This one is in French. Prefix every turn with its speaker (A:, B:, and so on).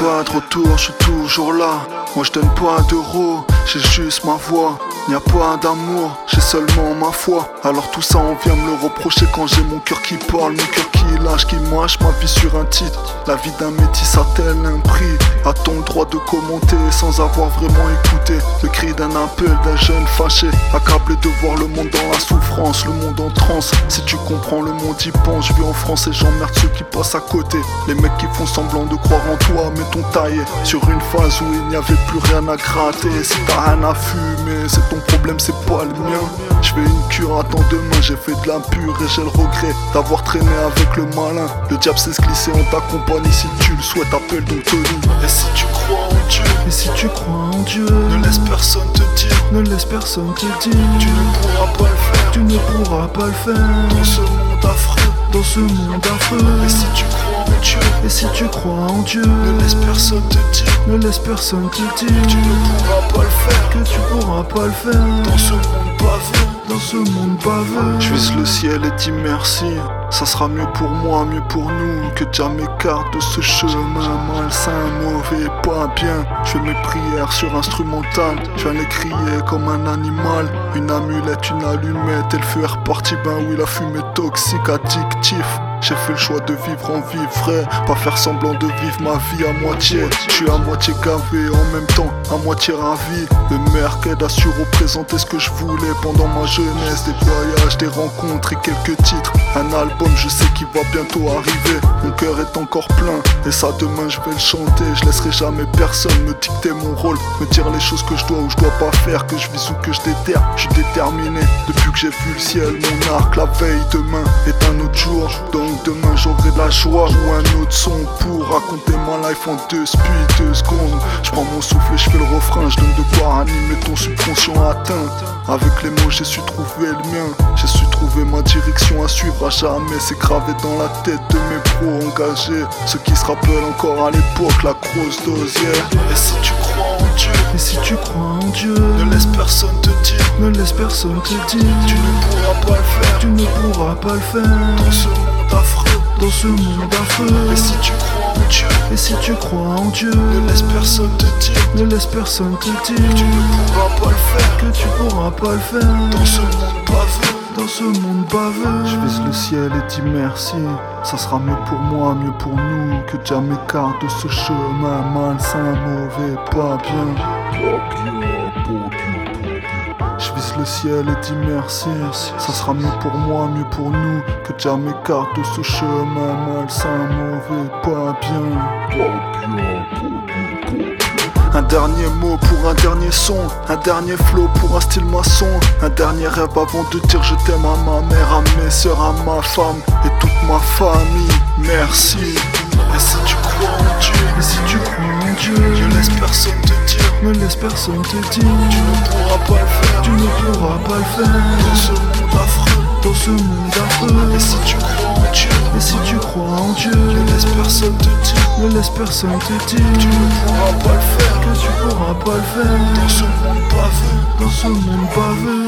A: pas de retour, je suis toujours là. Moi je donne pas d'euros, j'ai juste ma voix. Y a pas d'amour, j'ai seulement ma foi. Alors tout ça on vient me le reprocher quand j'ai mon cœur qui parle, mon cœur qui lâche, qui mâche ma vie sur un titre. La vie d'un métis a-t-elle un prix A-t-on le droit de commenter sans avoir vraiment écouté le cri d'un appel d'un jeune fâché Accablé de voir le monde dans la souffrance, le monde en transe. Si tu comprends, le monde y pense. Je vis en France et j'emmerde ceux qui passent à côté. Les mecs qui font semblant de croire en toi, mais t'ont taillé sur une phase où il n'y avait plus rien à gratter. Si t'as rien à fumer, c'est ton problème, c'est pas le mien. Je fais une cure, attends demain, j'ai fait de la pure et j'ai le regret d'avoir traîné avec le malin. Le diable sait se glisser, on t'accompagne. Si tu le souhaites, appelle donc Tony. Et si tu crois en Dieu,
B: Et si tu crois en Dieu,
A: ne laisse personne te dire,
B: ne laisse personne te dire,
A: tu ne pourras pas le faire.
B: tu ne pourras pas le faire
A: dans ce monde affreux.
B: dans ce monde affreux.
A: Et si tu crois en Dieu,
B: Et si tu crois en Dieu,
A: ne laisse personne te dire,
B: ne laisse personne te
A: tu
B: dire
A: ne pourras pas le faire.
B: que tu pourras pas le faire
A: Dans ce monde pavé.
B: dans ce monde baveux.
A: Je vise le ciel et dis merci. Ça sera mieux pour moi, mieux pour nous. Que Dieu m'écarte de ce chemin malsain, mauvais, pas bien. Je fais mes prières sur instrumental. Je viens les crier comme un animal. Une amulette, une allumette. Et le feu est reparti, ben oui, la fumée toxique, addictif. J'ai fait le choix de vivre en vie vraie, pas faire semblant de vivre ma vie à moitié. Je suis à moitié gavé, en même temps à moitié ravi. Le maire qu'aide a su représenter ce que je voulais pendant ma jeunesse. Des voyages, des rencontres et quelques titres. Un album, je sais qu'il va bientôt arriver. Mon cœur est encore plein, et ça demain je vais le chanter. Je laisserai jamais personne me dicter mon rôle, me dire les choses que je dois ou je dois pas faire, que je vise ou que je déterre. Je suis déterminé depuis que j'ai vu le ciel, mon arc. La veille demain est un autre jour, donc demain j'aurai de la joie ou un autre son pour raconter ma life en deux spi, deux secondes. Je prends mon souffle et je fais le refrain, je donne de quoi animer ton subconscient atteint. Avec les mots, j'ai su trouver le mien, j'ai su trouver ma direction à suivre à jamais. C'est gravé dans la tête de mes pros engagés, ceux qui se rappellent encore à l'époque la grosse dosière. Et si tu crois en Dieu,
B: Et si tu crois en Dieu,
A: ne laisse personne te dire,
B: ne laisse personne te
A: tu
B: dire
A: ne pourras pas le faire.
B: tu ne pourras pas le faire
A: Dans ce monde affreux,
B: dans ce monde affreux.
A: et si tu crois en Dieu,
B: Et si tu crois en Dieu,
A: ne laisse personne te dire,
B: ne laisse personne te
A: tu
B: dire
A: ne pourras pas le faire.
B: que tu pourras pas le faire
A: Dans ce monde pavé.
B: dans ce monde baveux.
A: Je vise le ciel et dis merci, ça sera mieux pour moi, mieux pour nous, que Dieu m'écarte de ce chemin malsain, mauvais, pas bien. Je vise le ciel et dis merci, ça sera mieux pour moi, mieux pour nous, que Dieu m'écarte de ce chemin malsain, mauvais, pas bien. Un dernier mot pour un dernier son, un dernier flow pour un style maçon, un dernier rêve avant de dire je t'aime à ma mère, à mes soeurs, à ma femme et toute ma famille. Merci. Et si tu crois en Dieu,
B: Et si tu crois en
A: je
B: Dieu,
A: laisse personne te dire,
B: ne laisse personne te dire
A: tu ne pourras pas le faire.
B: tu ne pourras pas
A: Dans
B: le faire
A: ce monde affreux,
B: dans ce monde affreux.
A: et si tu crois en Dieu,
B: Et si tu crois en Dieu,
A: je laisse personne te dire,
B: ne laisse personne te
A: tu
B: dire
A: ne pourras pas le faire.
B: que tu pourras pas
A: Dans
B: le faire
A: ce monde pavé.
B: dans ce monde baveux.